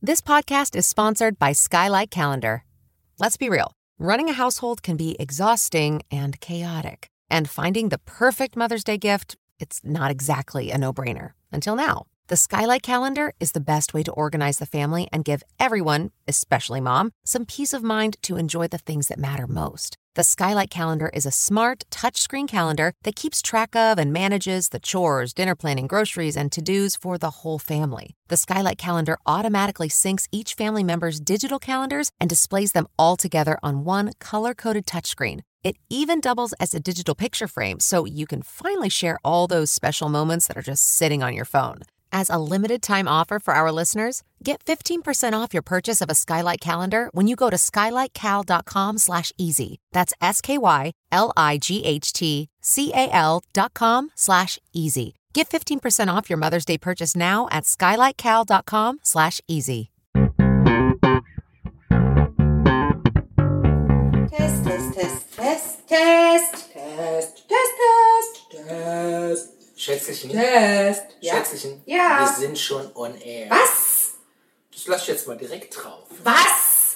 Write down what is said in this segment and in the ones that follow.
This podcast is sponsored by Skylight Calendar. Let's be real running a household can be exhausting and chaotic, and finding the perfect Mother's Day gift, it's not exactly a no brainer until now. The Skylight Calendar is the best way to organize the family and give everyone, especially mom, some peace of mind to enjoy the things that matter most. The Skylight Calendar is a smart touchscreen calendar that keeps track of and manages the chores, dinner planning, groceries, and to dos for the whole family. The Skylight Calendar automatically syncs each family member's digital calendars and displays them all together on one color coded touchscreen. It even doubles as a digital picture frame so you can finally share all those special moments that are just sitting on your phone. As a limited time offer for our listeners, get 15% off your purchase of a Skylight calendar when you go to skylightcal.com slash easy. That's S-K-Y-L-I-G-H-T-C-A-L dot com slash easy. Get 15% off your Mother's Day purchase now at skylightcal.com slash easy. Test, test, test, test, test, test, test, test, test, Schätzchen, test. Ja. Schätzchen, Ja. wir sind schon on air. Was? Das lass ich jetzt mal direkt drauf. Was?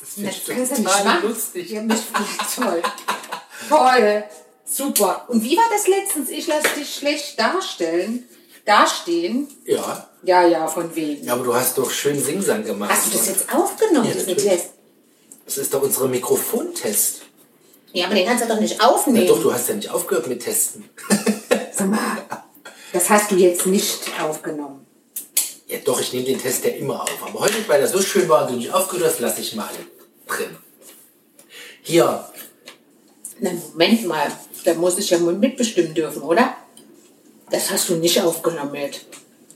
Das find Das ich kannst du total nicht machen. lustig. Ja, mich, ja, toll. Toll. Super. Und wie war das letztens? Ich lasse dich schlecht darstellen. Dastehen? Ja, Ja, ja, von wegen. ja aber du hast doch schön Singsang gemacht. Hast du das jetzt aufgenommen, Ja, diesen natürlich. Test? Das ist doch unsere Mikrofontest. Ja, aber den kannst du doch nicht Ja, aufnehmen. doch, du hast ja nicht aufgehört mit Testen. Sag mal, das hast du jetzt nicht aufgenommen. Ja, doch, ich nehme den Test ja immer auf. Aber heute, weil er so schön war und du nicht aufgehört hast, lasse ich mal drin. Hier, Na, Moment mal, da muss ich ja mal mitbestimmen dürfen, oder? Das hast du nicht aufgenommen mit.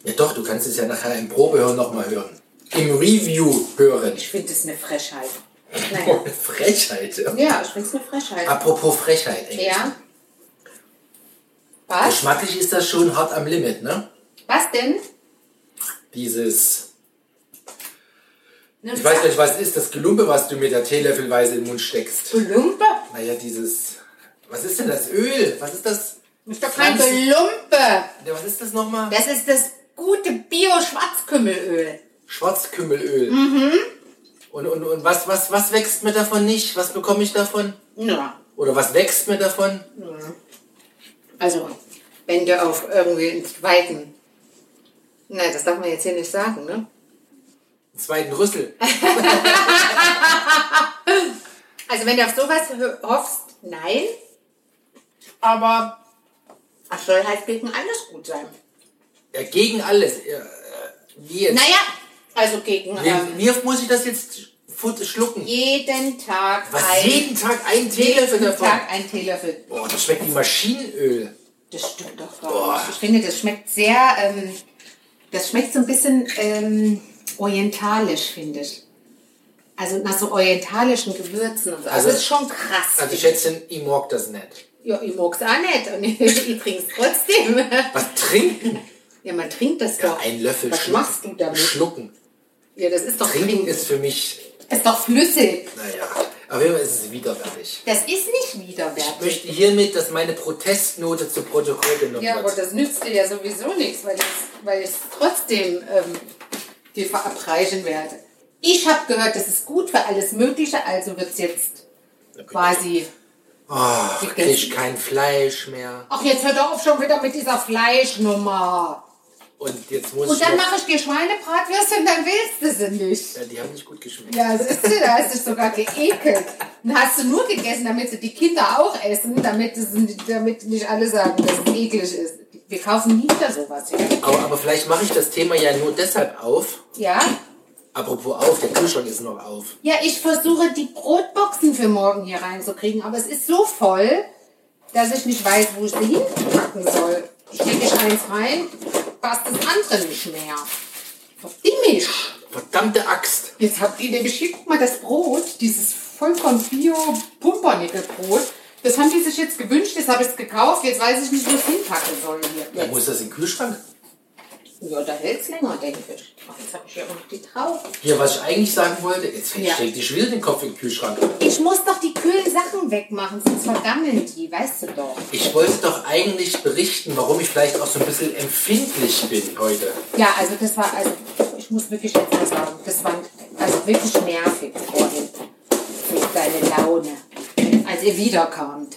ja doch, du kannst es ja nachher im Probehören nochmal hören. Im Review hören. Ich finde es eine Frechheit. Naja. Frechheit. Ja, ich finde es eine Frechheit. Apropos Frechheit, Engel. Ja. Was? Geschmacklich ist das schon hart am Limit, ne? Was denn? Dieses, Ne, ich weiß nicht, was ist das Gelumpe, was du mit der Teelöffelweise in den Mund steckst? Gelumpe? Naja, dieses, was ist denn das Öl? Was ist das? Ist doch kein Pflanzen- Gelumpe. Ja, Was ist das nochmal? Das ist das gute Bio-Schwarzkümmelöl. Schwarzkümmelöl. Mhm. Und, und, und was, was, was wächst mir davon nicht? Was bekomme ich davon? Ja. Oder was wächst mir davon? Also, wenn du auf irgendwie einen zweiten. Nein, das darf man jetzt hier nicht sagen, ne? Einen zweiten Rüssel. Also wenn du auf sowas ho- hoffst, nein. Aber es soll halt gegen alles gut sein. Ja, gegen alles. Ja, äh, wie jetzt? Naja, also gegen ähm, Wie, wie oft muss ich das jetzt fut- schlucken? jeden Tag was, ein jeden Tag einen Teelöffel davon? Tag ein Teelöffel. Boah, das schmeckt wie Maschinenöl. Das stimmt doch gar nicht. Ich finde, das schmeckt sehr, ähm, das schmeckt so ein bisschen ähm, orientalisch, finde ich. Also nach so orientalischen Gewürzen und so. Also, Also- das ist schon krass. Also Schätzchen, ich mag das nicht. ja, ich mag's auch nicht und ich trink's trotzdem. Was trinken? ja, man trinkt das Ja, doch. ein Löffel Was schlucken. machst du damit? Schlucken. Ja, das ist doch Trinken ist für mich, Ist doch flüssig. naja, auf jeden Fall ist es widerwärtig. Das ist nicht Ich widerwärtig. möchte hiermit, dass meine Protestnote zu Protokoll genommen Ja, aber wird. das nützt dir ja sowieso nichts, weil ich es weil ich's trotzdem ähm, dir verabreichen werde. Ich habe gehört, das ist gut für alles Mögliche, also wird es jetzt quasi. Ach, Ah, krieg ich kein Fleisch mehr. Ach, jetzt hör doch auf schon wieder mit dieser Fleischnummer. Und jetzt muss Und ich dann noch, mache ich dir Schweinebratwürste und dann willst du sie nicht. ja, Die haben nicht gut geschmeckt. Ja, siehst du, da hast du dich sogar geekelt. Dann hast du nur gegessen, damit sie die Kinder auch essen, damit, es, damit nicht alle sagen, dass es eklig ist. Wir kaufen nie wieder sowas. Ja? Aber, aber vielleicht mache ich das Thema ja nur deshalb auf. Ja, Apropos auf, der Kühlschrank ist noch auf. ja ich versuche die Brotboxen für morgen hier reinzukriegen, aber es ist so voll, dass ich nicht weiß, wo ich sie hinpacken soll. Stecke ich eins rein, passt das andere nicht mehr. Verdimmig! Verdammte Axt. Jetzt habt ihr nämlich hier, guck mal, das Brot, dieses vollkommen Bio-Pumpernickelbrot, das haben die sich jetzt gewünscht, jetzt habe ich es gekauft, jetzt weiß ich nicht, wo ich es hinpacken soll hier. Ja, muss das in den Kühlschrank? Ja, da hält es länger, denke ich. Ach, jetzt habe ich ja auch noch die drauf. Hier, was ich eigentlich sagen wollte, jetzt Ja. steckt ich wieder den Kopf in den Kühlschrank. Ich muss doch die kühlen Sachen wegmachen, sonst vergammeln die, weißt du doch. Ich wollte doch eigentlich berichten, warum ich vielleicht auch so ein bisschen empfindlich bin heute. Ja, also das war, also ich muss wirklich jetzt mal sagen, das war ein auch wirklich nervig vorhin. Für seine Laune. Als ihr wiederkamt.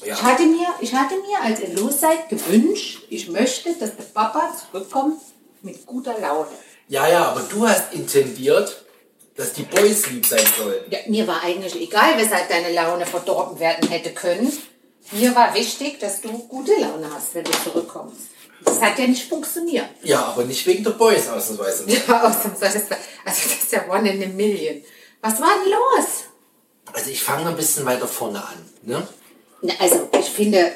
Ich Ja. hatte mir, ich hatte mir, als ihr los seid, gewünscht, ich möchte, dass der Papa zurückkommt mit guter Laune. ja, ja, aber du hast intendiert, dass die Boys lieb sein sollen. Ja, mir war eigentlich egal, weshalb deine Laune verdorben werden hätte können. Mir war wichtig, dass du gute Laune hast, wenn du zurückkommst. Das hat ja nicht funktioniert. Ja, aber nicht wegen der Boys ausnahmsweise. Ja, ausnahmsweise. Also das ist ja one in a million. Was war denn los? Also ich fange ein bisschen weiter vorne an. Ne? Na, also ich finde, äh,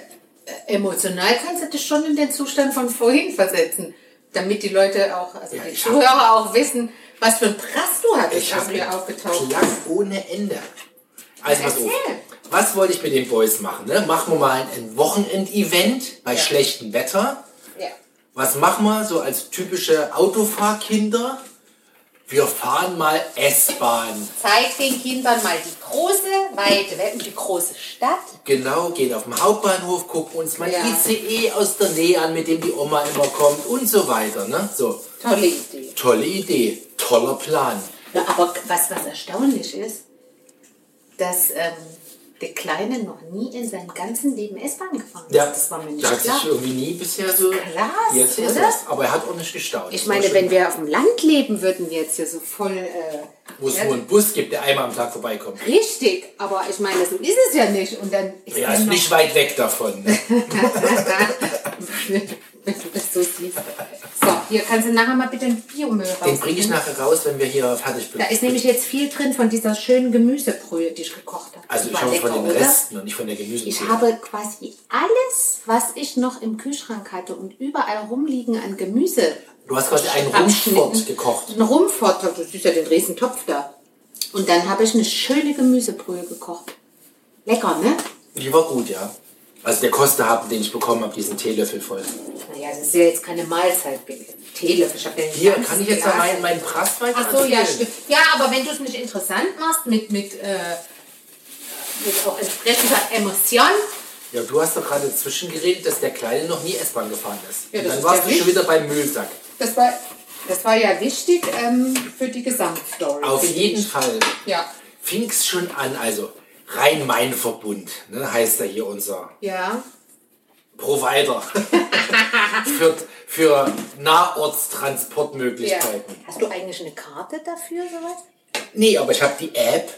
emotional kannst du dich schon in den Zustand von vorhin versetzen. Damit die Leute auch, also Ja, die ich hab- Zuhörer auch wissen, was für ein Prass du hattest, Ich als du habe hier aufgetaucht bist. Klang ohne Ende. Also pass auf. Erzähl. Was wollte ich mit den Boys machen? Ne? Machen wir mal ein Wochenend-Event bei schlechtem Wetter. Ja. Was machen wir so als typische Autofahrkinder? Wir fahren mal S-Bahn. Zeig den Kindern mal die große, weite Welt und die große Stadt. Genau, gehen auf den Hauptbahnhof, gucken uns mal Ja. ICE aus der Nähe an, mit dem die Oma immer kommt und so weiter. Ne? So, Tolle Idee. tolle Idee, toller Plan. Na, aber was, was erstaunlich ist, dass ähm, der Kleine noch nie in seinem ganzen Leben S-Bahn gefahren ist. Das war mir nicht der hat klar. sich irgendwie nie bisher so. Krass, jetzt ist oder? es. Aber er hat auch nicht gestaut. Ich meine, wenn wir auf dem Land leben, würden wir jetzt hier so voll... Äh, Wo es ja, nur einen Bus gibt, der einmal am Tag vorbeikommt. Richtig, aber ich meine, so ist es ja nicht. Und dann ist Ja, es ist noch- nicht weit weg davon. Ne? wenn du das so siehst. So, hier kannst du nachher mal bitte ein Biomüll Den bringe ich raus. nachher raus, wenn wir hier fertig sind. Da ist nämlich jetzt viel drin von dieser schönen Gemüsebrühe, die ich gekocht habe. also Die ich war habe von lecker, den oder? Resten und nicht von der Gemüse. Ich habe quasi alles, was ich noch im Kühlschrank hatte und überall rumliegen an Gemüse. Du hast quasi einen Abschnitten. Rumsport gekocht. Ein Rumforttopf, das ist ja den riesen Topf da. Und dann habe ich eine schöne Gemüsebrühe gekocht. Lecker, ne? Die war gut, ja. Also der Kostehappen, den ich bekommen habe, diesen Teelöffel voll. Naja, das ist ja jetzt keine Mahlzeit. Bill. Teelöffel, ich hab ja ein Hier, ganzes kann ich jetzt Glas. mal meinen mein Prass weiter Ach so, ja, erzählen? stimmt. Ja, aber wenn du es nicht interessant machst, mit, mit, äh, mit auch entsprechender Emotion, Ja, du hast doch gerade dazwischen geredet, dass der Kleine noch nie S-Bahn gefahren ist. Ja, und das dann ist warst ja du schon wichtig. wieder beim Müllsack. das war, das war ja wichtig ähm, für die Gesamtstory. Auf finde jeden ich. Fall Ja, fing es schon an, also Rhein-Main-Verbund, ne, heißt da hier unser ja. Provider für, für ja. Nahortstransportmöglichkeiten. Hast du eigentlich eine Karte dafür, sowas? Nee, aber ich habe die App.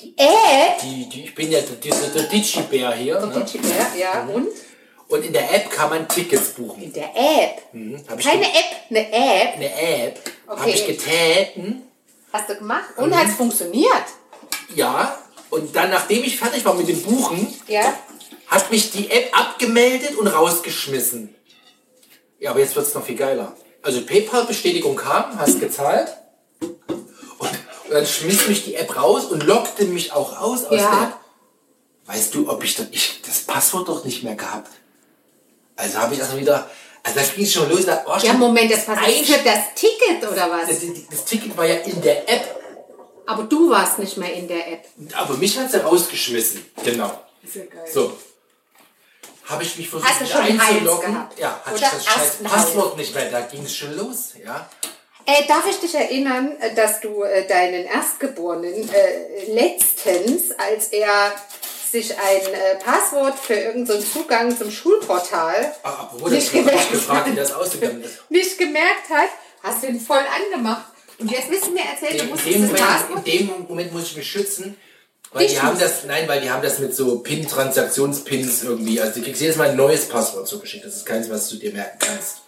Die Äh, App? Die, die, ich bin ja der, der, der Digibär hier. Ne? Ja, ja, und? Und in der App kann man Tickets buchen. In der App. Hab ich Keine ge- App, eine App. eine App. Okay. Habe ich hm? getäten. Hast du gemacht? Und hat's funktioniert? Ja. Und dann, nachdem ich fertig war mit dem Buchen, Ja. hat mich die App abgemeldet und rausgeschmissen. Ja, aber jetzt wird es noch viel geiler. Also PayPal-Bestätigung kam, hast gezahlt. Und, und dann schmiss mich die App raus und lockte mich auch aus aus Ja. der App. Weißt du, ob ich, dann, ich das Passwort doch nicht mehr gehabt. Also habe ich erstmal wieder, also da ging es schon los. Da, oh, Ja, schon- Moment, das passiert Eigentlich- für das Ticket oder das, was? Also das Ticket war ja in der App, Aber du warst nicht mehr in der App. aber mich hat sie rausgeschmissen. Genau. Ist ja geil. So. Habe ich mich versucht Hast du schon einen Hals gehabt? Ja, hatte Oder ich das scheiß ersten Hals? Passwort nicht mehr. Da ging es schon los. Ja. Äh, darf ich dich erinnern, äh, dass du äh, deinen Erstgeborenen äh, letztens, als er sich ein äh, Passwort für irgendeinen Zugang zum Schulportal Ah, Apropos, Nicht ich habe mich gemerkt. gefragt, wie das ausgegangen ist. nicht gemerkt hat, hast du ihn voll angemacht. Und jetzt müssen wir erzählen, du In musst dem, dieses Moment, in Passwort... dem Moment muss ich mich schützen. Weil Dich die haben schützen. das, nein, weil die haben das mit so Pin-Transaktionspins irgendwie. Also du kriegst jedes Mal ein neues Passwort zugeschickt. Das ist keins, was du dir merken kannst.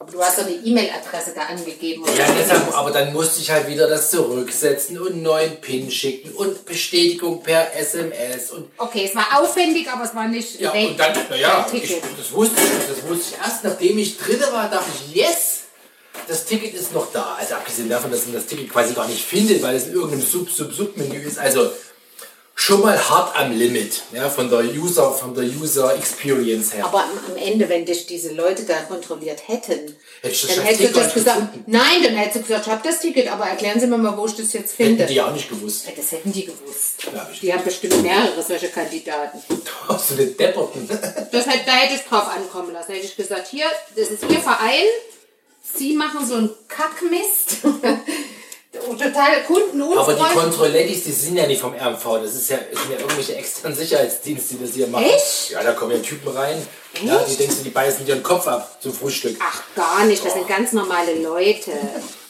Aber du hast doch eine E-Mail-Adresse da angegeben. oder? Ja, deshalb, aber dann musste ich halt wieder das zurücksetzen und einen neuen Pin schicken und Bestätigung per SMS und Okay, es war aufwendig, aber es war nicht Ja, weg. und dann, naja, Dein ich, Ticket. das wusste ich, das wusste ich erst, nachdem ich dritte war, dachte ich, yes, das Ticket ist noch da. Also abgesehen davon, dass man das Ticket quasi gar nicht findet, weil es in irgendeinem Sub-Sub-Sub-Menü ist. Also schon mal hart am Limit, ja, von der User, von der User Experience her. Aber am, am Ende, wenn dich diese Leute da kontrolliert hätten, Hätte ich das dann scheiß hättest du Ticket das gar nicht gesagt. gefunden. Nein, dann hättest du gesagt, ich habe das Ticket, aber erklären Sie mir mal, wo ich das jetzt finde. Hätten die ja auch nicht gewusst. Das hätten die gewusst. Glaub ich. Die haben bestimmt mehrere solche Kandidaten. Hast du den Depperten? Das hätte, da hätte ich drauf ankommen lassen. Da hätte ich gesagt, hier, das ist Ihr Verein. Sie machen so einen Kackmist. total Aber die kundenunfreundlich. Kontrollettis, die sind ja nicht vom RMV. Das ist ja, das sind ja irgendwelche externen Sicherheitsdienste, die das hier machen. Echt? Ja, da kommen ja Typen rein. Ja, die denkst du, die beißen dir den Kopf ab zum Frühstück. Ach, gar nicht. Das sind ganz normale Leute.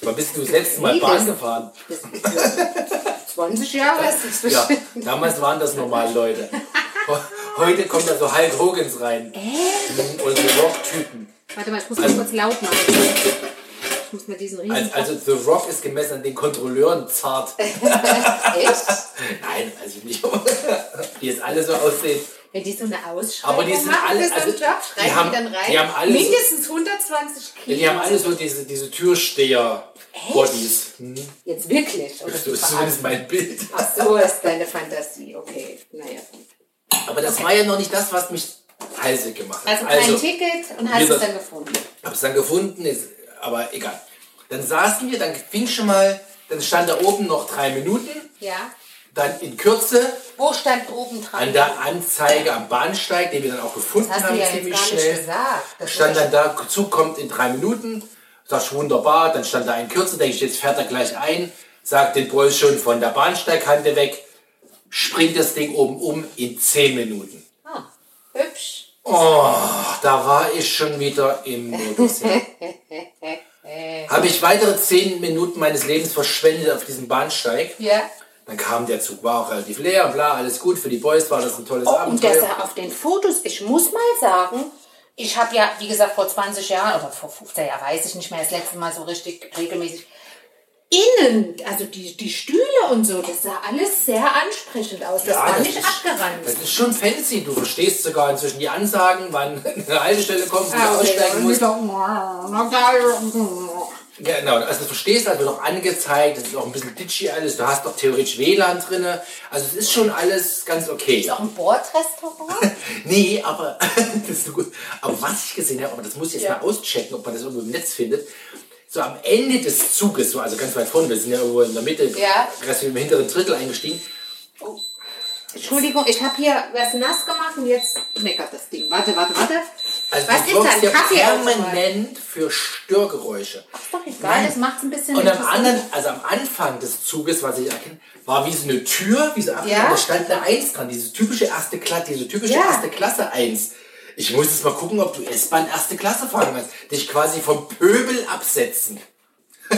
Wann bist du das letzte Mal Nee, Bahn das- gefahren? Das 20 Jahre ist das Ja, bestimmt. damals waren das normale Leute. He- Heute kommen da so Hulk Hogans rein. Echt? Und so Rock-Typen. Warte mal, ich muss mal kurz laut machen. Ich muss mir diesen riesen... Also, also The Rock ist gemessen an den Kontrolleuren zart. Echt? Nein, weiß ich nicht. Die jetzt alle so aussehen. Wenn die so eine Ausschreibung Aber die sind machen, alle- das also, am Job, die schreiben die, haben- dann rein. die haben alle so- Mindestens 120 Kilo. Die haben alle so diese, diese Türsteher-Bodies. Jetzt wirklich? Oder So ist verarschen? zumindest mein Bild. Ach so, ist deine Fantasie. Okay, naja. Aber das war ja noch nicht das, was mich heißig gemacht hat. Also kein Ticket und hast wir- es dann gefunden. hab's dann gefunden, ist, aber egal. Dann saßen wir, dann fing schon mal, dann stand da oben noch drei Minuten, Ja. dann in Kürze Wo stand oben dran? an der Anzeige am Bahnsteig, den wir dann auch gefunden Das hast du haben, ja jetzt ziemlich gar nicht schnell. gesagt. Das stand ist ja- dann da, Zug kommt in drei Minuten, sag ich wunderbar, dann stand da in Kürze, denke ich, jetzt fährt er gleich ein, sagt den Boys schon von der Bahnsteigkante weg, springt das Ding oben um in zehn Minuten. Ah, hübsch. Da war ich schon wieder im Modus. Ja. Habe ich weitere zehn Minuten meines Lebens verschwendet auf diesem Bahnsteig. Ja. Dann kam der Zug, war auch relativ leer, bla, alles gut. Für die Boys war das ein tolles Oh, und der Abenteuer. sah auf den Fotos, ich muss mal sagen, ich habe ja, wie gesagt, vor 20 Jahren oder vor 15 Jahren, weiß ich nicht mehr, das letzte Mal so richtig regelmäßig, innen, also die, die Stühle und so, das sah alles sehr ansprechend aus. Das Ja, war das nicht ist- abgeranzt. Das ist schon fancy. Du verstehst sogar inzwischen die Ansagen, wann eine Haltestelle kommt, wo du Ah, okay, aussteigen dann musst. wieder- Genau, also du verstehst, also noch angezeigt, das ist auch ein bisschen ditchy alles. Du hast doch theoretisch WLAN drin. Also es ist schon alles ganz okay. Auch ein Bordrestaurant? Nee, aber das ist so gut. Aber was ich gesehen habe, aber das muss ich jetzt mal auschecken, ob man das irgendwo im Netz findet. So am Ende des Zuges, so also ganz weit vorne, wir sind ja irgendwo in der Mitte, Ja. respektive im hinteren Drittel eingestiegen. Entschuldigung, ich habe hier was nass gemacht und jetzt meckert das Ding. Warte, warte, warte. Also was du ist da? sorgst Ein Kaffee ja Ist permanent für Störgeräusche. doch egal, das macht's ein bisschen Und am interessant. anderen, also am Anfang des Zuges, was ich erkenne, war wie so eine Tür, wie so ab, Ja. da stand eine Eins dran, diese typische erste Klasse, diese typische Ja. erste Klasse Eins. Ich muss jetzt mal gucken, ob du S-Bahn erste Klasse fahren kannst. Dich quasi vom Pöbel absetzen.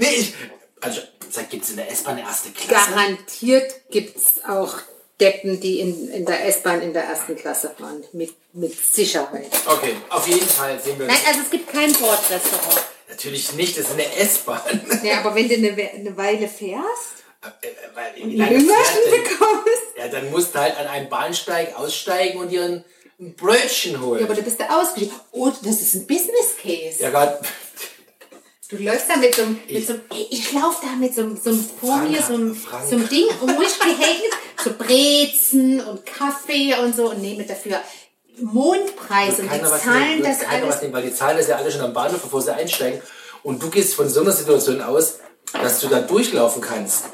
nee, ich, also, sag, gibt's in der S-Bahn eine erste Klasse? Garantiert gibt es auch Deppen, die in, in der S-Bahn in der ersten Klasse fahren. Mit, mit Sicherheit. Okay, auf jeden Fall sehen wir Nein, also es gibt kein Bordrestaurant. Natürlich nicht, das ist eine S-Bahn. Ja, aber wenn du eine, We- eine Weile fährst, Äh, weil- wie lange fährt Hüngerchen denn- bekommst. Ja, dann musst du halt an einem Bahnsteig aussteigen und dir ein ein Brötchen holen. Ja, aber du bist da ausgestiegen. Oh, das ist ein Business Case. Ja, Gott. Du läufst da mit so einem, mit so einem ich, laufe da mit so, einem- so einem vor Frank, mir, so einem, Frank. so einem Ding, wo ich gehängt, so Brezen und Kaffee und so und nehme dafür Mondpreis und die Keiner was zahlen nehmen, das keiner alles. was nehmen, weil die zahlen das ja alle schon am Bahnhof, bevor sie einsteigen. Und du gehst von so einer Situation aus, dass du da durchlaufen kannst.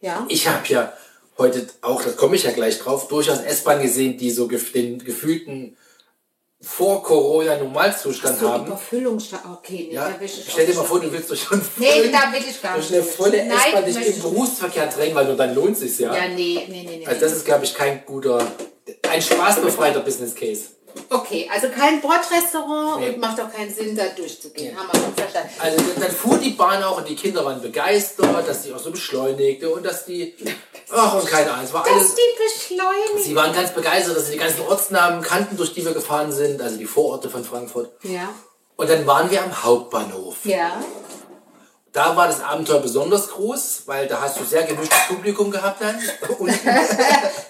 Ja. Ich habe ja heute auch, da komme ich ja gleich drauf, durchaus S-Bahn gesehen, die so gef den gefühlten Vor-Corona-Normalzustand So haben. Überfüllungssta- Okay, nee, Ja, da will ich stell dir mal auch vor, du willst durch einen Nee, vollen- da will ich gar durch nicht. eine volle Nein, S-Bahn dich möchte im ich- Berufsverkehr drängen, weil nur dann lohnt es sich ja. nicht. Ja, nee, nee, nee, nee. Also das ist, glaube ich, kein guter, ein spaßbefreiter Business Case. okay, also kein Bordrestaurant Nee. und macht auch keinen Sinn, da durchzugehen. Haben wir schon verstanden. Also dann- dann fuhr die Bahn auch und die Kinder waren begeistert, dass sie auch so beschleunigte und dass die, ach und keine Ahnung, es war Dass alles, die beschleunigen. sie waren ganz begeistert, dass sie die ganzen Ortsnamen kannten, durch die wir gefahren sind, also die Vororte von Frankfurt. Ja. Und dann waren wir am Hauptbahnhof. Ja. Da war das Abenteuer besonders groß, weil da hast du sehr gemischtes Publikum gehabt dann. Und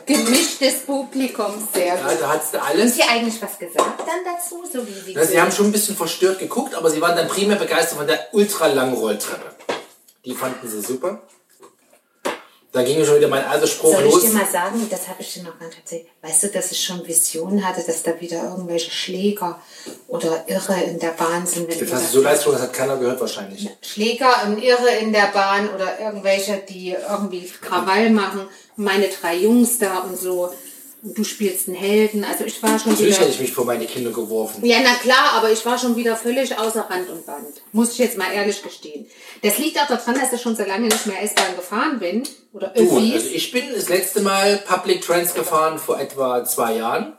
Gemischtes Publikum, sehr ja, gut. da hattest du Haben alles. Sie eigentlich was gesagt dann dazu, so wie die Ja, Sie haben schon ein bisschen verstört geguckt, aber sie waren dann primär begeistert von der ultralangen Rolltreppe. Die fanden sie super. Da ging schon wieder mein alter Spruch Soll los. ich dir mal sagen, das habe ich dir noch gar nicht erzählt. Weißt du, dass ich schon Visionen hatte, dass da wieder irgendwelche Schläger oder Irre in der Bahn sind, wenn Jetzt die hast da- du so leid, das hat keiner gehört wahrscheinlich. Schläger und Irre in der Bahn oder irgendwelche, die irgendwie Krawall machen. Meine drei Jungs da und so. du spielst einen Helden. Also ich war schon Natürlich wieder. hätte ich mich vor meine Kinder geworfen. Ja, na klar, aber ich war schon wieder völlig außer Rand und Band. Muss ich jetzt mal ehrlich gestehen. Das liegt auch daran, dass ich schon so lange nicht mehr S-Bahn gefahren bin. Oder Du, Öffis. also ich bin das letzte Mal Public Trans gefahren vor etwa zwei Jahren.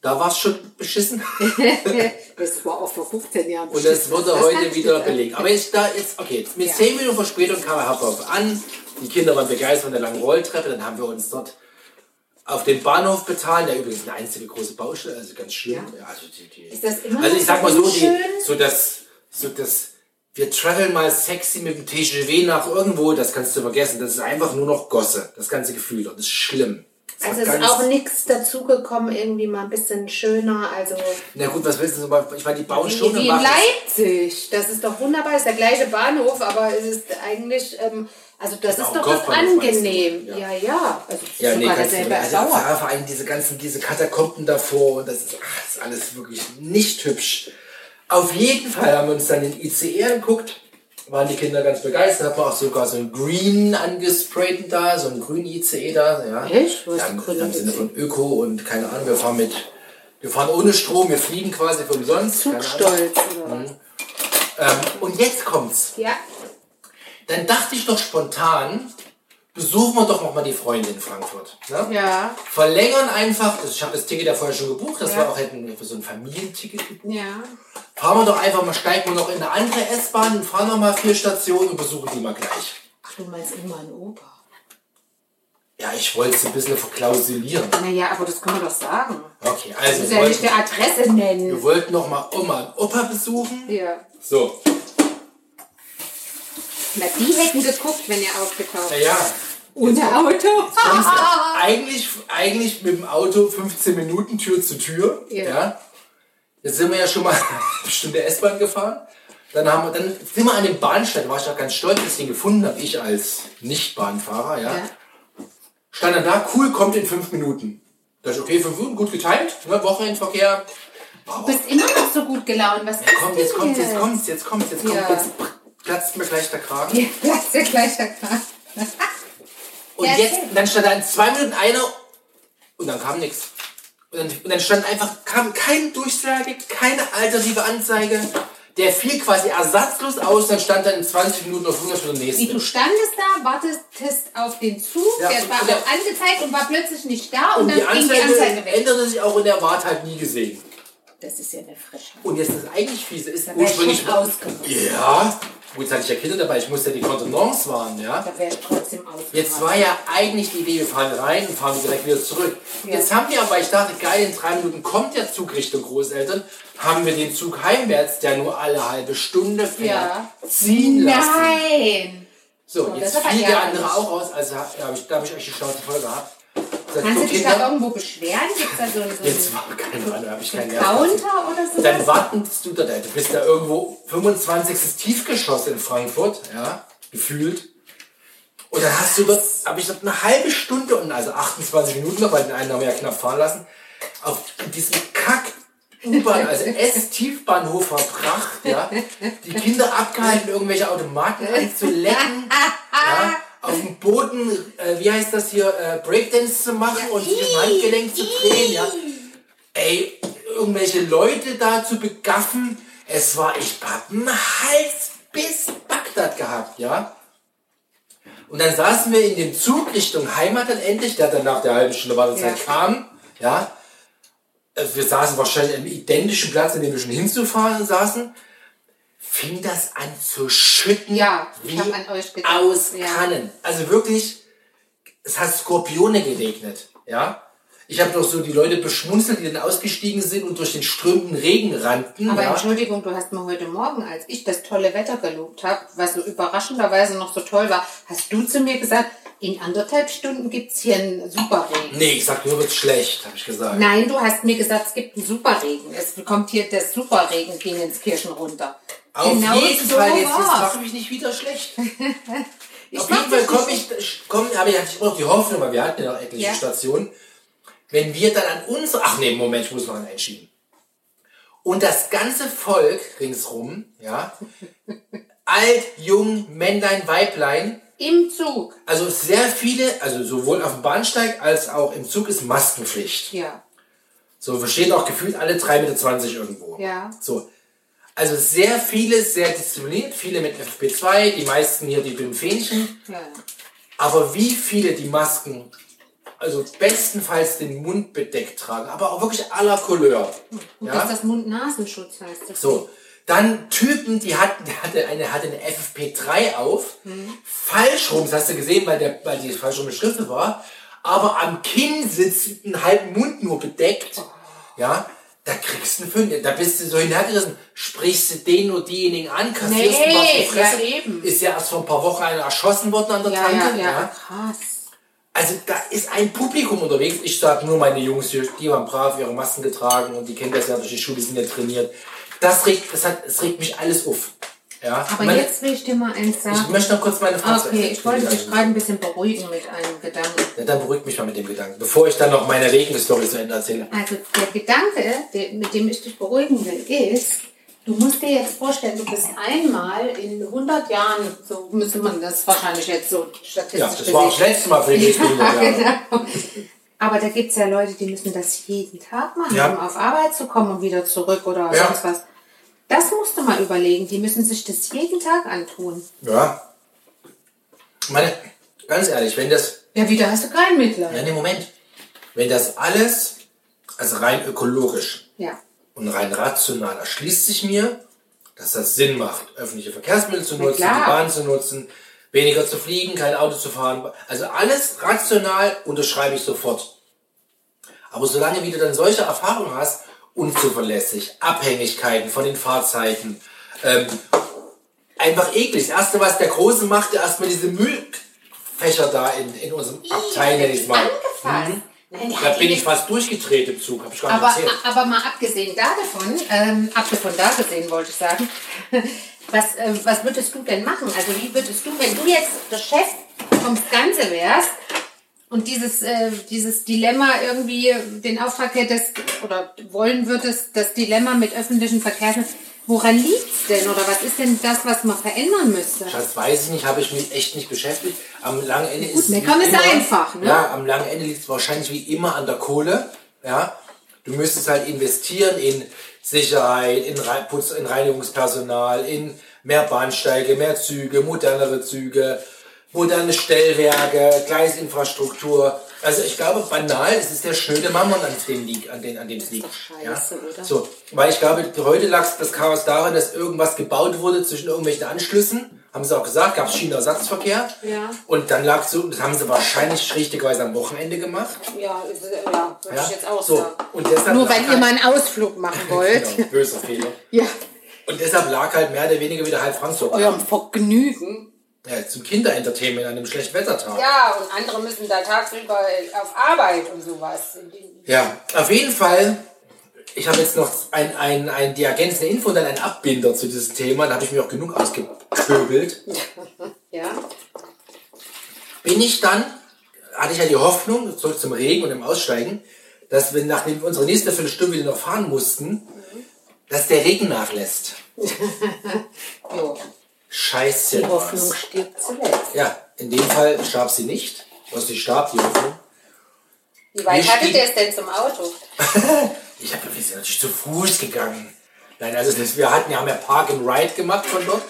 Da war es schon beschissen. das war auch vor 15 Jahren. Und das wurde kann heute ich wieder nicht sagen. belegt. Aber jetzt da jetzt, okay, jetzt mit Ja. zehn Minuten Verspätung kam er Hauptbahnhof an. Die Kinder waren begeistert von der langen Rolltreppe. Dann haben wir uns dort auf den Bahnhof bezahlt, der übrigens eine einzige große Baustelle, also ganz schlimm. Ja. Ja, also, die, die, Ist das immer also noch ich sag mal so so, die, schön? so das, so das, wir traveln mal sexy mit dem TGV nach irgendwo, das kannst du vergessen. Das ist einfach nur noch Gosse, das ganze Gefühl dort. Das ist schlimm. Das Also war es ist ganz- auch nichts dazugekommen, irgendwie mal ein bisschen schöner. Also Na gut, was willst du, so- ich meine, die bauen schon wie, wie und in machen es. Leipzig. Das ist doch wunderbar. Ist der gleiche Bahnhof, aber es ist eigentlich, ähm, also das Genau, ist doch das Kopfbahnhof meinst du? angenehm. Ja. Ja, ja. Also es ist Ja, nee, sogar kannst du nicht. derselbe Also, Erbauer. ja, vor allem diese ganzen, diese Katakomben davor und das ist, ach, das ist alles wirklich nicht hübsch. Auf jeden Fall haben wir uns dann den ICE E angeguckt, waren die Kinder ganz begeistert, haben auch sogar so einen green angesprayten da, so einen grünen ICE da, ja. Echt? Wo ist Ja, der im, grüne im Sinne ICE? von Öko und keine Ahnung, wir fahren mit, wir fahren ohne Strom, wir fliegen quasi für umsonst. keine Ahnung. Zugstolz oder Mhm. was? Ähm, und jetzt kommt's. Ja. Dann dachte ich doch spontan, besuchen wir doch noch mal die Freunde in Frankfurt. Ne? Ja. Verlängern einfach, das- ich habe das Ticket ja vorher schon gebucht, das Ja. war auch hätten so ein Familienticket. Ja. Fahren wir doch einfach mal, steigen wir noch in eine andere S-Bahn und fahren noch mal vier Stationen und besuchen die mal gleich. Ach, du meinst immer ein Opa. Ja, ich wollte es ein bisschen verklausulieren. Naja, aber das kann man doch sagen. Okay, Du also musst wir ja nicht wollten, der Adresse nennen. wir wollten noch mal Oma und Opa besuchen. Ja. So, Na, die hätten geguckt, wenn ihr aufgetaucht wärt. naja, Ohne Auto. eigentlich, eigentlich mit dem Auto 15 Minuten Tür zu Tür. Ja. Ja. Jetzt sind wir ja schon mal eine Stunde S-Bahn gefahren. Dann, haben wir, dann sind wir an dem Bahnsteig, da war ich auch ganz stolz, dass ich den gefunden habe, ich als Nicht-Bahnfahrer. Ja. Ja. Stand dann da, cool, kommt in fünf Minuten. Da ist okay, fünf Minuten, gut geteilt, ne, Wochenendverkehr. Du bist immer noch so gut gelaunt. Was ist Komm, denn jetzt kommt's, jetzt hier? kommt's, jetzt kommt's, jetzt kommt's, Ja. jetzt platzt mir gleich der Kragen. Ja, lass dir gleich erklären. Und Ja, jetzt, schön. dann stand da in zwei Minuten einer und dann kam nichts. Und dann, und dann stand einfach, kam keine Durchsage, keine alternative Anzeige. Der fiel quasi ersatzlos aus, dann stand dann in 20 Minuten auf 100 Minuten der Wie du nächste. standest da, wartetest auf den Zug, Ja, der und- war und der- auch angezeigt und war plötzlich nicht da und, Und dann die ging Anzeige, die Anzeige weg. änderte sich auch und er war halt nie gesehen. Das ist ja eine Frischheit. Und jetzt das eigentlich fiese ist Da wär ich ursprünglich. schon ausgerastet. Ja, gut, jetzt hatte ich ja Kinder dabei, ich musste ja die Kontenance wahren, ja. Da wäre ich trotzdem ausgerastet. Jetzt war ja eigentlich die Idee, wir fahren rein und fahren direkt wieder zurück. Ja. Jetzt haben wir aber, ich dachte, geil, in drei Minuten kommt der Zug Richtung Großeltern, haben wir den Zug heimwärts, der nur alle halbe Stunde fährt, Ja. ziehen lassen. Nein! So, das jetzt ist aber fliegen der ärgerlich. andere auch raus, also da habe ich, da hab ich euch die Schnauze voll gehabt. Sag, Kannst so, du dich Kinder, da um- irgendwo beschweren? Gibt es da so einen, so Jetzt einen war keine Ahnung, habe ich keinen Counter oder so? Dann wartest du da, du bist da irgendwo 25. Tiefgeschoss in Frankfurt, ja, gefühlt. Und dann hast du dort, habe ich dort eine halbe Stunde und also 28 Minuten noch, weil den einen haben wir ja knapp fahren lassen, auf diesem Kack. U-Bahn, also S-Tiefbahnhof verbracht, ja, die Kinder abgehalten, irgendwelche Automaten anzulecken, ja, auf dem Boden, äh, wie heißt das hier, äh, Breakdance zu machen und sich im Handgelenk zu drehen, ja ey, irgendwelche Leute da zu begaffen. Es war, ich hab einen Hals bis Bagdad gehabt, ja. Und dann saßen wir in dem Zug Richtung Heimat dann endlich, der dann nach der halben Stunde Wartezeit Ja. kam, ja. Äh, Wir saßen wahrscheinlich am identischen Platz, an dem wir schon hinzufahren saßen. Fing das an zu schütten, Ja, ich wie hab an euch gedacht, aus ja. Kannen. Also wirklich, es hat Skorpione geregnet, ja. Ich habe noch so die Leute beschmunzelt, die dann ausgestiegen sind und durch den strömenden Regen rannten. Aber ja. Entschuldigung, du hast mir heute Morgen, als ich das tolle Wetter gelobt habe, was so überraschenderweise noch so toll war, hast du zu mir gesagt, in anderthalb Stunden gibt es hier einen Superregen. Nee, ich sag nur, wird's schlecht, habe ich gesagt. Nein, du hast mir gesagt, es gibt einen Superregen. Es kommt hier der Superregen ging ins Kirchen runter. Genau Auf jeden so Fall, jetzt, jetzt war's. mache ich mich nicht wieder schlecht. Ich Auf mach jeden Fall das komme nicht. ich, komm, aber ich hatte immer noch die Hoffnung, weil wir hatten ja noch etliche Ja. Stationen. Wenn wir dann an unsere, ach nee, Moment, ich muss noch einen einschieben. Und das ganze Volk ringsrum, ja, alt, jung, Männlein, Weiblein, Im Zug. Also sehr viele, also sowohl auf dem Bahnsteig als auch im Zug ist Maskenpflicht. Ja. So steht auch gefühlt alle 3,20 Meter irgendwo. Ja. So. Also sehr viele, sehr diszipliniert, viele mit FP2, die meisten hier die mit dem Fähnchen. ja. ja. Aber wie viele die Masken, also bestenfalls den Mund bedeckt tragen, aber auch wirklich aller Couleur. Gut, dass das Mund-Nasenschutz heißt. Das So, dann Typen, die hatten, der hatte eine, hatte eine FFP3 auf, falsch rum, das hast du gesehen, weil, der, weil die falsch rum beschriftet war, aber am Kinn sitzend, einen halben Mund nur bedeckt, ja, da kriegst du einen Fünf, da bist du so hinhergerissen, sprichst du den nur diejenigen an, kassierst Nee, du was die Fresse, ja, eben. ist ja erst vor ein paar Wochen einer erschossen worden an der ja, Tanke, ja, ja, ja. krass. Also da ist ein Publikum unterwegs. Ich sag nur meine Jungs hier, die haben brav ihre Masken getragen und die kennen das ja durch die Schule, die sind ja trainiert. Das regt, das hat, es regt mich alles auf. Ja. Aber meine, jetzt will ich dir mal eins Ich sagen. Ah, möchte noch kurz meine Frage. zu Ende okay, ich wollte dich erzählen. gerade ein bisschen beruhigen mit einem Gedanken. Ja, dann beruhigt mich mal mit dem Gedanken, bevor ich dann noch meine Regenstory zu Ende erzähle. Also der Gedanke, der, mit dem ich dich beruhigen will, ist, du musst dir jetzt vorstellen, du bist einmal in 100 Jahren, so müsste man das wahrscheinlich jetzt so statistisch Ja, das war auch das gesehen. letzte Mal für die nächsten 100 Jahre. genau. Aber da gibt es ja Leute, die müssen das jeden Tag machen, Ja. um auf Arbeit zu kommen und wieder zurück oder Ja. sonst was. Das musst du mal überlegen. Die müssen sich das jeden Tag antun. Ja. Meine, ganz ehrlich, wenn das Ja, wieder hast du kein Mitleid. Nein, nee, Moment. Wenn das alles, also rein ökologisch Ja. und rein rational, erschließt sich mir, dass das Sinn macht, öffentliche Verkehrsmittel zu Na nutzen, klar. die Bahn zu nutzen, weniger zu fliegen, kein Auto zu fahren. Also alles rational unterschreibe ich sofort. Aber solange wie du dann solche Erfahrungen hast, unzuverlässig, Abhängigkeiten von den Fahrzeiten, ähm, einfach eklig. Das Erste, was der Große machte, erstmal diese Müllfächer da in, in unserem Abteil, nenn ich's mal. Mhm. Angefasst. Nein, der Da hat bin die ich fast durchgedreht im Zug, habe ich gar nicht Aber, erzählt. aber mal abgesehen da davon, ähm, abgesehen da gesehen wollte ich sagen, was, äh, was würdest du denn machen? Also wie würdest du, wenn du jetzt der Chef vom Ganze wärst und dieses, äh, dieses Dilemma irgendwie den Auftrag hättest oder wollen würdest, das Dilemma mit öffentlichen Verkehrsmitteln, woran liegt's denn oder was ist denn das, was man verändern müsste? Das weiß ich nicht, habe ich mich echt nicht beschäftigt. Am langen Ende ist meckern wie ist einfach, ne? Ja, am langen Ende liegt es wahrscheinlich wie immer an der Kohle. Ja, du müsstest halt investieren in Sicherheit, in, Rei- Putz- in Reinigungspersonal, in mehr Bahnsteige, mehr Züge, modernere Züge, moderne Stellwerke, Gleisinfrastruktur. Also ich glaube, banal, es ist der schöne Mammon, an dem liegt, an den, an dem es liegt. scheiße, ja? oder? So, weil ich glaube, heute lag das Chaos darin, dass irgendwas gebaut wurde zwischen irgendwelchen Anschlüssen. Haben sie auch gesagt, gab es Schienenersatzverkehr. Ja. Und dann lag so, das haben sie wahrscheinlich richtigerweise am Wochenende gemacht. Ja, ist, äh, ja würde Ja, ich jetzt auch so. sagen. Und deshalb Nur weil lag ihr halt- mal einen Ausflug machen wollt. Genau, böser Fehler. ja. Und deshalb lag halt mehr oder weniger wieder halb Frankfurt. Eurem Vergnügen. Ja, zum Kinderentertainment an einem schlechten Wettertag. Ja, und andere müssen da tagsüber auf Arbeit und sowas. Ja, auf jeden Fall. Ich habe jetzt noch ein, ein, ein, die ergänzende Info und dann einen Abbinder zu diesem Thema. Da habe ich mir auch genug ausgepöbelt. Ja, bin ich dann, hatte ich ja die Hoffnung, zurück zum Regen und dem Aussteigen, dass wir nachdem wir unsere nächste Viertelstunde wieder noch fahren mussten, dass der Regen nachlässt. jo. Scheiße. die Hoffnung stirbt zuletzt. Ja, in dem Fall starb sie nicht. Was sie starb, die Hoffnung. Wie weit weit Wir hattet hattet stiegen- ihr ihr es denn zum Auto? Ich habe wir sind natürlich zu Fuß gegangen. Nein, also das, wir hatten ja, haben ja Park and Ride gemacht von dort.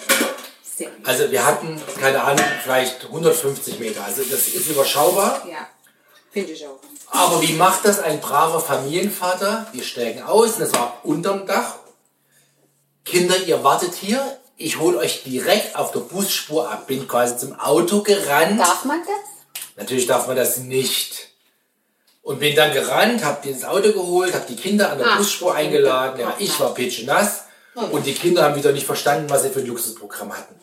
Also wir hatten, keine Ahnung, vielleicht 150 Meter. Also das ist überschaubar. Ja, finde ich auch. Aber wie macht das ein braver Familienvater? Wir steigen aus, und das war unterm Dach. Kinder, ihr wartet hier. Ich hole euch direkt auf der Busspur ab. Bin quasi zum Auto gerannt. Darf man das? Natürlich darf man das nicht. Und bin dann gerannt, hab die ins Auto geholt, hab die Kinder an der Ah. Busspur eingeladen. Ja, ich war pitschenass. Und die Kinder haben wieder nicht verstanden, was sie für ein Luxusprogramm hatten.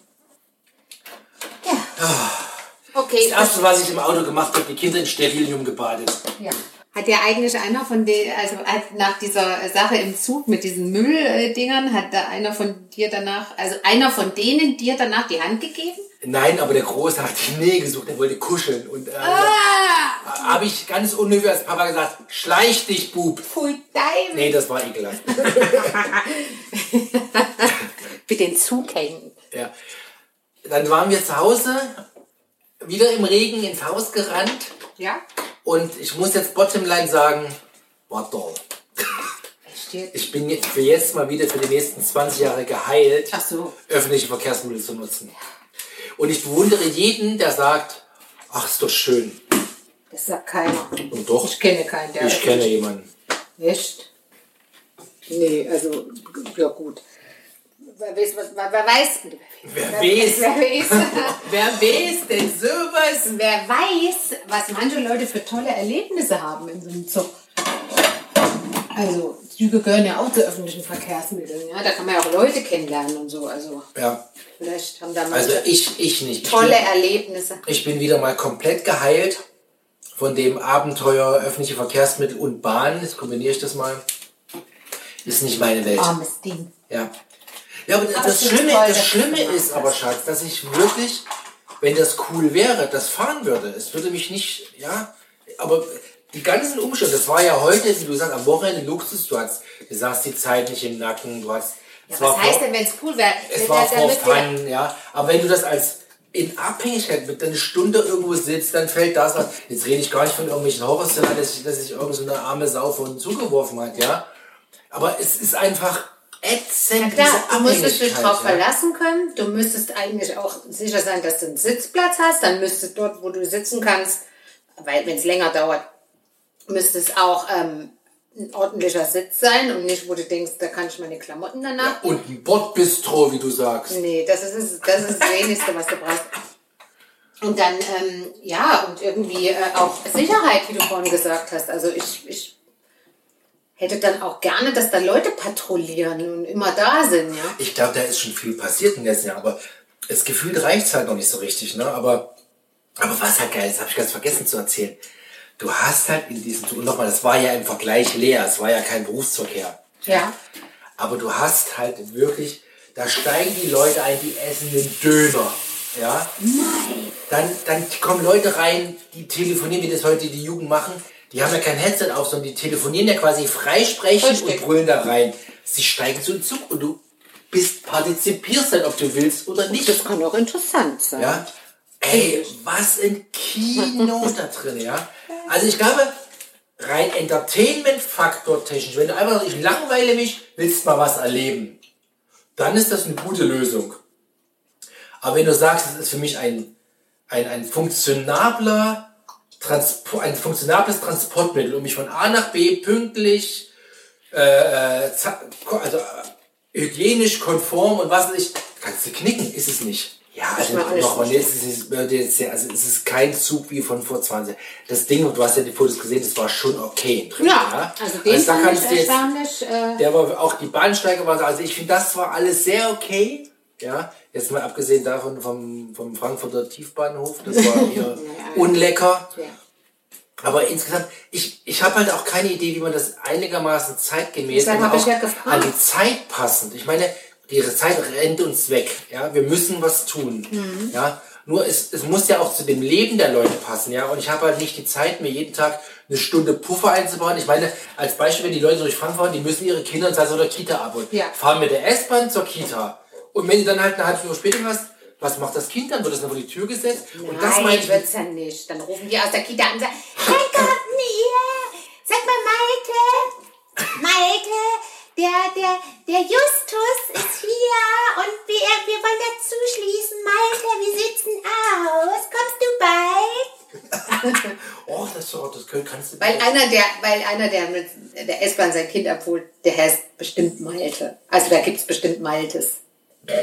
Okay. Das erste, was ich im Auto gemacht habe, die Kinder in Sterilium gebadet. Ja. Hat ja eigentlich einer von den, also als nach dieser Sache im Zug mit diesen Mülldingern, hat da einer von dir danach, also einer von denen dir danach die Hand gegeben? Nein, aber der Große hat die Nähe gesucht, er wollte kuscheln. Und äh, habe ich ganz unnötig als Papa gesagt, schleich dich, Bub. Pfui, dein! Nee, das war ekelhaft. Mit den Zug hängen. ja. Dann waren wir zu Hause, wieder im Regen ins Haus gerannt Ja? und ich muss jetzt bottomline sagen, war toll. Es steht. Ich bin jetzt- für jetzt mal wieder für die nächsten 20 Jahre geheilt, Ach so. öffentliche Verkehrsmittel zu nutzen. Und ich bewundere jeden, der sagt, ach, ist doch schön. Das sagt keiner. Und doch, Ich kenne keinen, der. ich kenne jemanden. Echt? Nee, also, ja gut. Wer weiß, was, wer, wer weiß, Wer weiß, wer weiß, wer weiß denn sowas? wer weiß, was manche Leute für tolle Erlebnisse haben in so einem Zug. Also, Züge gehören ja auch zu öffentlichen Verkehrsmitteln, ja. Da kann man ja auch Leute kennenlernen und so. Also, Ja, vielleicht haben da also manche ich, ich nicht. tolle Erlebnisse. Ich bin wieder mal komplett geheilt von dem Abenteuer öffentliche Verkehrsmittel und Bahn. Jetzt kombiniere ich das mal. Ist nicht meine Welt. Armes Ding. Ja. Ja, aber das, Ah. Aber es ist Schlimme, toll, das dass Schlimme du das ist aber, Schatz, dass ich wirklich, wenn das cool wäre, das fahren würde. Es würde mich nicht, ja, aber die ganzen Umstände, das war ja heute, wie du sagst, am Wochenende Luxus, du hast, du sagst die Zeit nicht im Nacken, du hast, Ja, es was war heißt vor- denn, wenn es cool wäre? es Wenn war das- vor damit wir- Fun, ja. Aber wenn du das als in Abhängigkeit mit einer Stunde irgendwo sitzt, dann fällt das ab. Jetzt rede ich gar nicht von irgendwelchen Horrorszenarien, dass ich, dass ich irgend so eine arme Sau von zugeworfen hat, ja. Aber es ist einfach ätzend. Na klar, diese du müsstest dich Abhängigkeit, drauf ja. verlassen können. Du müsstest eigentlich auch sicher sein, dass du einen Sitzplatz hast. Dann müsste dort, wo du sitzen kannst, weil wenn es länger dauert, müsste es auch ähm, ein ordentlicher Sitz sein und nicht, wo du denkst, da kann ich meine Klamotten danach. Und ein Bordbistro, wie du sagst. Nee, das ist, es- das ist das Wenigste, was du brauchst. Und dann, ähm, ja, und irgendwie äh, auch Sicherheit, wie du vorhin gesagt hast. Also ich, ich hätte dann auch gerne, dass da Leute patrouillieren und immer da sind, ja. Ich glaube, da ist schon viel passiert in den letzten Jahren, aber das Gefühl reicht halt noch nicht so richtig, ne? Aber, aber was halt geil ist, habe ich ganz vergessen zu erzählen. Du hast halt in diesem Zug, und nochmal, das war ja im Vergleich leer, es war ja kein Berufsverkehr. Ja. Aber du hast halt wirklich, da steigen die Leute ein, die essen einen Döner. Ja? Dann, dann kommen Leute rein, die telefonieren, wie das heute die Jugend machen. Die haben ja kein Headset auf, sondern die telefonieren ja quasi freisprechend und Richtig. brüllen da rein. Sie steigen zu dem Zug und du bist, partizipierst halt, ob du willst oder nicht. Das kann auch interessant sein. Ja? Ey, was ein Kino da drin, ja? Also ich glaube, rein Entertainment-Faktor technisch, wenn du einfach sagst, ich langweile mich, willst mal was erleben, dann ist das eine gute Lösung. Aber wenn du sagst, es ist für mich ein, ein, ein funktionabler Transpo ein funktionables Transportmittel, um mich von A nach B pünktlich, äh, äh, za- ko- also äh, hygienisch, konform und was weiß ich, kannst du knicken, ist es nicht. Ja, also meine, alles nochmal, nee, es ist, nicht- würde jetzt sehr- also es ist kein Zug wie von vor 20. Das Ding, du hast ja die Fotos gesehen, das war schon okay. Drin, Ja, also den da fand kannst ich du jetzt, erstaunlich. Äh, der war auch die Bahnsteige war, also ich finde, das war alles sehr okay. Ja, jetzt mal abgesehen davon vom, vom Frankfurter Tiefbahnhof, das war hier unlecker. ja. Aber insgesamt, ich, ich habe halt auch keine Idee, wie man das einigermaßen zeitgemäß Deshalb und hab ich auch ja gefragt. an die Zeit passend. Ich meine, die Zeit rennt uns weg. Ja, wir müssen was tun. Mhm. Ja, nur es, es muss ja auch zu dem Leben der Leute passen. Ja, und ich habe halt nicht die Zeit, mir jeden Tag eine Stunde Puffer einzubauen. Ich meine, als Beispiel, wenn die Leute durch Frankfurt fahren, die müssen ihre Kinder in Salz oder Kita abholen. Ja. Fahren mit der S-Bahn zur Kita. Und wenn du dann halt eine halbe Stunde Verspätung hast, was macht das Kind dann? Wird es dann vor die Tür gesetzt? und das meine Nein, ich mit wird's ja nicht. Dann rufen die aus der Kita an und sagen, hey, Garten hier, sag mal Malte, Malte, der, der, der Justus ist hier und wir, wir wollen dazu schließen. Malte, wir sitzen aus, kommst du bei? Oh, das, ist doch- das können- kannst du. Weil einer, der, weil einer, der mit der S-Bahn sein Kind abholt, der heißt bestimmt Malte. Also da gibt's bestimmt Maltes. nee,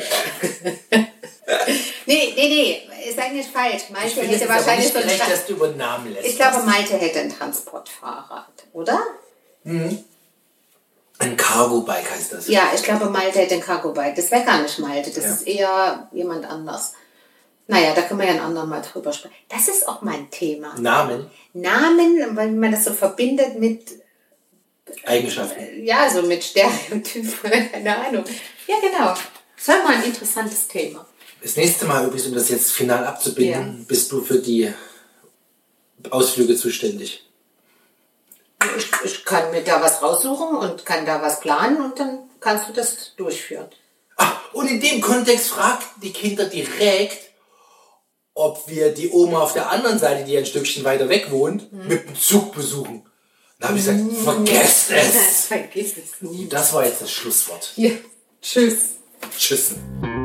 nee, nee, ist eigentlich falsch. Malte Ich finde, es hätte ist aber wahrscheinlich nicht so einen gerecht, Tra- dass du über den Namen lässt. Ich glaube, Malte hätte ein Transportfahrrad, oder? Ein Cargo-Bike heißt das. Ja, ich glaube, Malte hätte ein Cargo-Bike. Das wäre gar nicht Malte, das Ja. ist eher jemand anders. Naja, da können wir ja einen anderen Mal drüber sprechen. Das ist auch mein Thema. Namen, Namen, weil man das so verbindet mit, Eigenschaften. ja, so mit Stereotypen, keine Ahnung. Ja, genau. Das war mal ein interessantes Thema. Das nächste Mal übrigens, um das jetzt final abzubinden, Ja. bist du für die Ausflüge zuständig. Ich, ich kann mir da was raussuchen und kann da was planen und dann kannst du das durchführen. Ah, und in dem Kontext fragt die Kinder direkt, ob wir die Oma auf der anderen Seite, die ein Stückchen weiter weg wohnt, mit dem Zug besuchen. Da habe ich gesagt, vergesst es! Vergiss es nie. Das war jetzt das Schlusswort. Hier. Tschüss. Tschüssen.